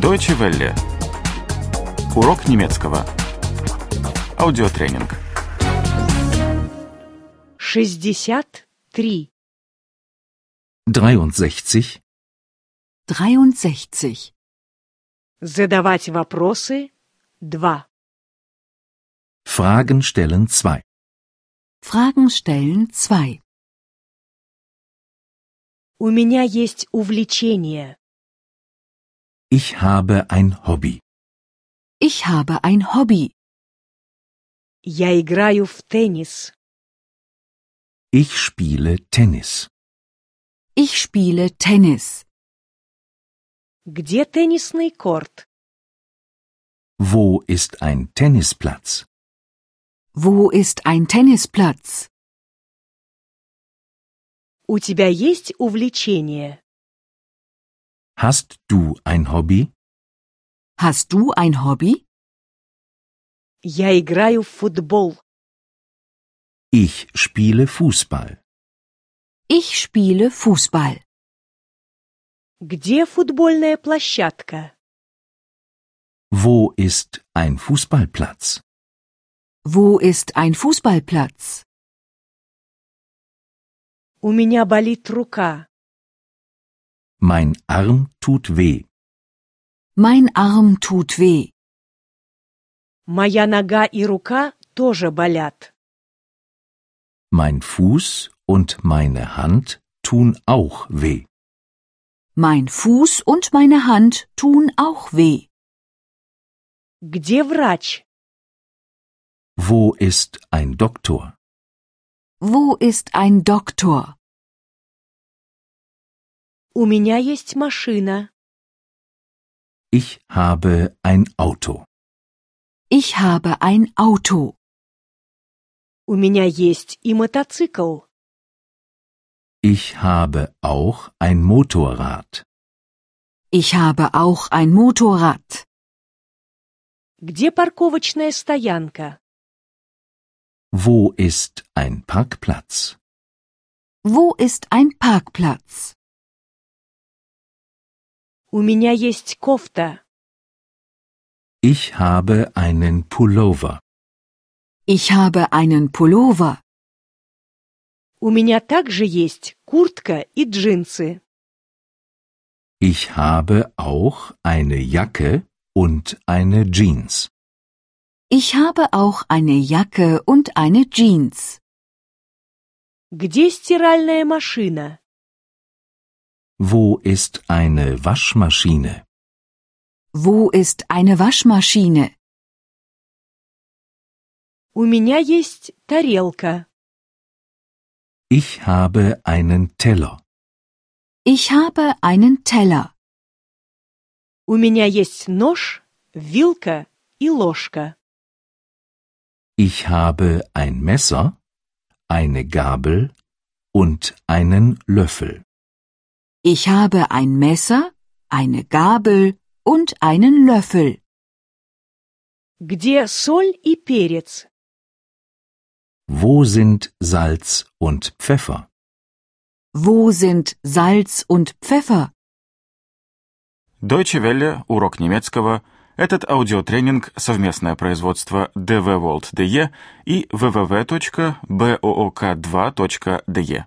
Deutsche Welle. Урок немецкого. Аудиотренинг. 63. 63. 63. Задавать вопросы 2. Fragen stellen 2. Fragen stellen 2. У меня есть увлечение. Ich habe ein Hobby. Ich habe ein Hobby. Я играю в теннис. Ich spiele Tennis. Ich spiele Tennis. Где теннисный корт? Wo ist ein Tennisplatz? Wo ist ein Tennisplatz? У тебя есть увлечение? Hast du ein Hobby? Hast du ein Hobby? Я играю в футбол. Ich spiele Fußball. Ich spiele Fußball. Где футбольная площадка? Wo ist ein Fußballplatz? Wo ist ein Fußballplatz? У меня болит рука. Mein Arm tut weh. Mein Arm tut weh. Моя нога и рука тоже болят. Mein Fuß und meine Hand tun auch weh. Mein Fuß und meine Hand tun auch weh. Где врач? Wo ist ein Doktor? Wo ist ein Doktor? У меня есть машина. Ich habe ein Auto. Ich habe ein Auto. У меня есть и мотоцикл. Ich habe auch ein Motorrad. Ich habe auch ein Motorrad. Где парковочная стоянка? Wo ist ein Parkplatz? Wo ist ein Parkplatz? У меня есть кофта. Ich habe einen Pullover. Ich habe einen Pullover. У меня также есть куртка и джинсы. Ich habe auch eine Jacke und eine Jeans. Ich habe auch eine Jacke und eine Jeans. Где стиральная машина? Wo ist eine Waschmaschine? Wo ist eine Waschmaschine? У меня есть тарелка. Ich habe einen Teller. Ich habe einen Teller. У меня есть нож, вилка и ложка. Ich habe ein Messer, eine Gabel und einen Löffel. Ich habe ein Messer, eine Gabel und einen Löffel. Где соль и перец? Wo sind Salz und Pfeffer? Wo sind Salz und Pfeffer? Deutsche Welle. Урок немецкого. Этот аудиотренинг – совместное производство DW World DE и www.book2.de.